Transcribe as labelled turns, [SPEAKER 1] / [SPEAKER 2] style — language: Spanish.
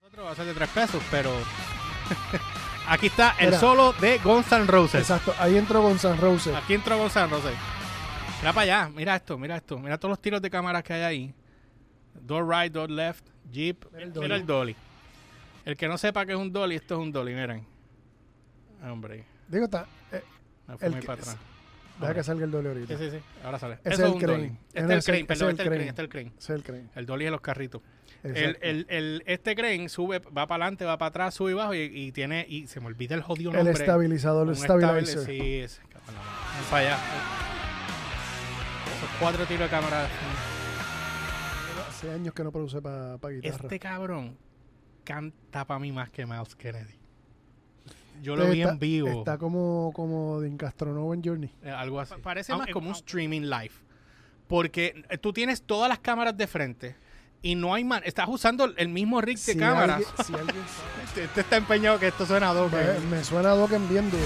[SPEAKER 1] 4 va a ser de 3 pesos, pero. Aquí está el solo de Guns N' Roses.
[SPEAKER 2] Exacto, ahí entró Gonzalo Rose.
[SPEAKER 1] Aquí entró Guns N' Roses. Mira para allá, mira esto, mira esto. Mira todos los tiros de cámaras que hay ahí. Door right, door left, jeep.
[SPEAKER 2] Mira el
[SPEAKER 1] Mira el dolly. El que no sepa que es un dolly, esto es un dolly, miren. Ah, Hombre,
[SPEAKER 2] Digo, está. eh,
[SPEAKER 1] me fui
[SPEAKER 2] El
[SPEAKER 1] muy
[SPEAKER 2] que-
[SPEAKER 1] para atrás.
[SPEAKER 2] deja que salga el doble ahorita.
[SPEAKER 1] Sí, sí, sí. Ahora sale.
[SPEAKER 2] Ese
[SPEAKER 1] Eso
[SPEAKER 2] es
[SPEAKER 1] es
[SPEAKER 2] el
[SPEAKER 1] un
[SPEAKER 2] crane.
[SPEAKER 1] dolly.
[SPEAKER 2] Eh,
[SPEAKER 1] Este es
[SPEAKER 2] no,
[SPEAKER 1] el
[SPEAKER 2] ese-
[SPEAKER 1] crane,
[SPEAKER 2] ese
[SPEAKER 1] perdón,
[SPEAKER 2] es
[SPEAKER 1] este es el
[SPEAKER 2] el
[SPEAKER 1] crane,
[SPEAKER 2] crane.
[SPEAKER 1] este es el crane.
[SPEAKER 2] Ese es el crane.
[SPEAKER 1] El dolly de los carritos. El,
[SPEAKER 2] Exacto.
[SPEAKER 1] el, el, este crane sube, va para adelante, va para atrás, sube y bajo y, y tiene, y se me olvida el jodido
[SPEAKER 2] El
[SPEAKER 1] nombre.
[SPEAKER 2] estabilizador, el
[SPEAKER 1] Un
[SPEAKER 2] stabilizer.
[SPEAKER 1] estabil- Sí, es. Para allá. Esos cuatro tiros de cámara.
[SPEAKER 2] Hace años que no produce para guitarra.
[SPEAKER 1] Este cabrón canta para mí más que Miles Kennedy. Yo
[SPEAKER 2] Este
[SPEAKER 1] lo vi
[SPEAKER 2] está-
[SPEAKER 1] en vivo.
[SPEAKER 2] Está como, como Dean Castronovo en Journey.
[SPEAKER 1] Eh, algo así. Parece
[SPEAKER 3] Aunque-
[SPEAKER 1] más como un streaming live. Porque eh, tú tienes todas las cámaras de frente y no hay man. Estás usando el mismo rig de cámaras.
[SPEAKER 2] alguien- si alguien sabe.
[SPEAKER 1] Este, este está empeñado que esto suena a dos.
[SPEAKER 2] Ve, me suena a Dokken bien duro.